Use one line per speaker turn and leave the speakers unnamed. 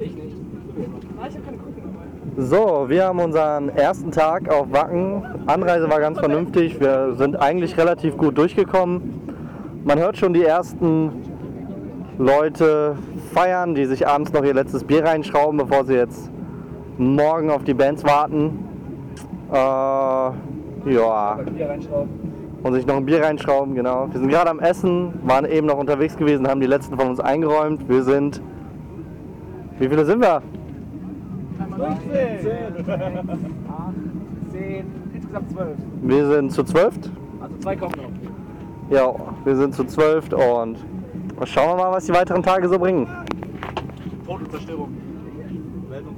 Ich nicht. Ah, ich hab keine Kuchen dabei.
So, wir haben unseren ersten Tag auf Wacken. Anreise war ganz vernünftig. Wir sind eigentlich relativ gut durchgekommen. Man hört schon die ersten Leute feiern, die sich abends noch ihr letztes Bier reinschrauben, bevor sie jetzt morgen auf die Bands warten. Äh, ja,
Beim Bier reinschrauben.
und sich noch ein Bier reinschrauben, genau. Wir sind gerade am Essen, waren eben noch unterwegs gewesen, haben die letzten von uns eingeräumt. Wir sind. Wie viele sind wir?
15! 8, 10, insgesamt 12.
Wir sind zu zwölft.
Also zwei kommen noch.
Ja, wir sind zu zwölft und schauen wir mal, was die weiteren Tage so bringen.
Tod und Zerstörung.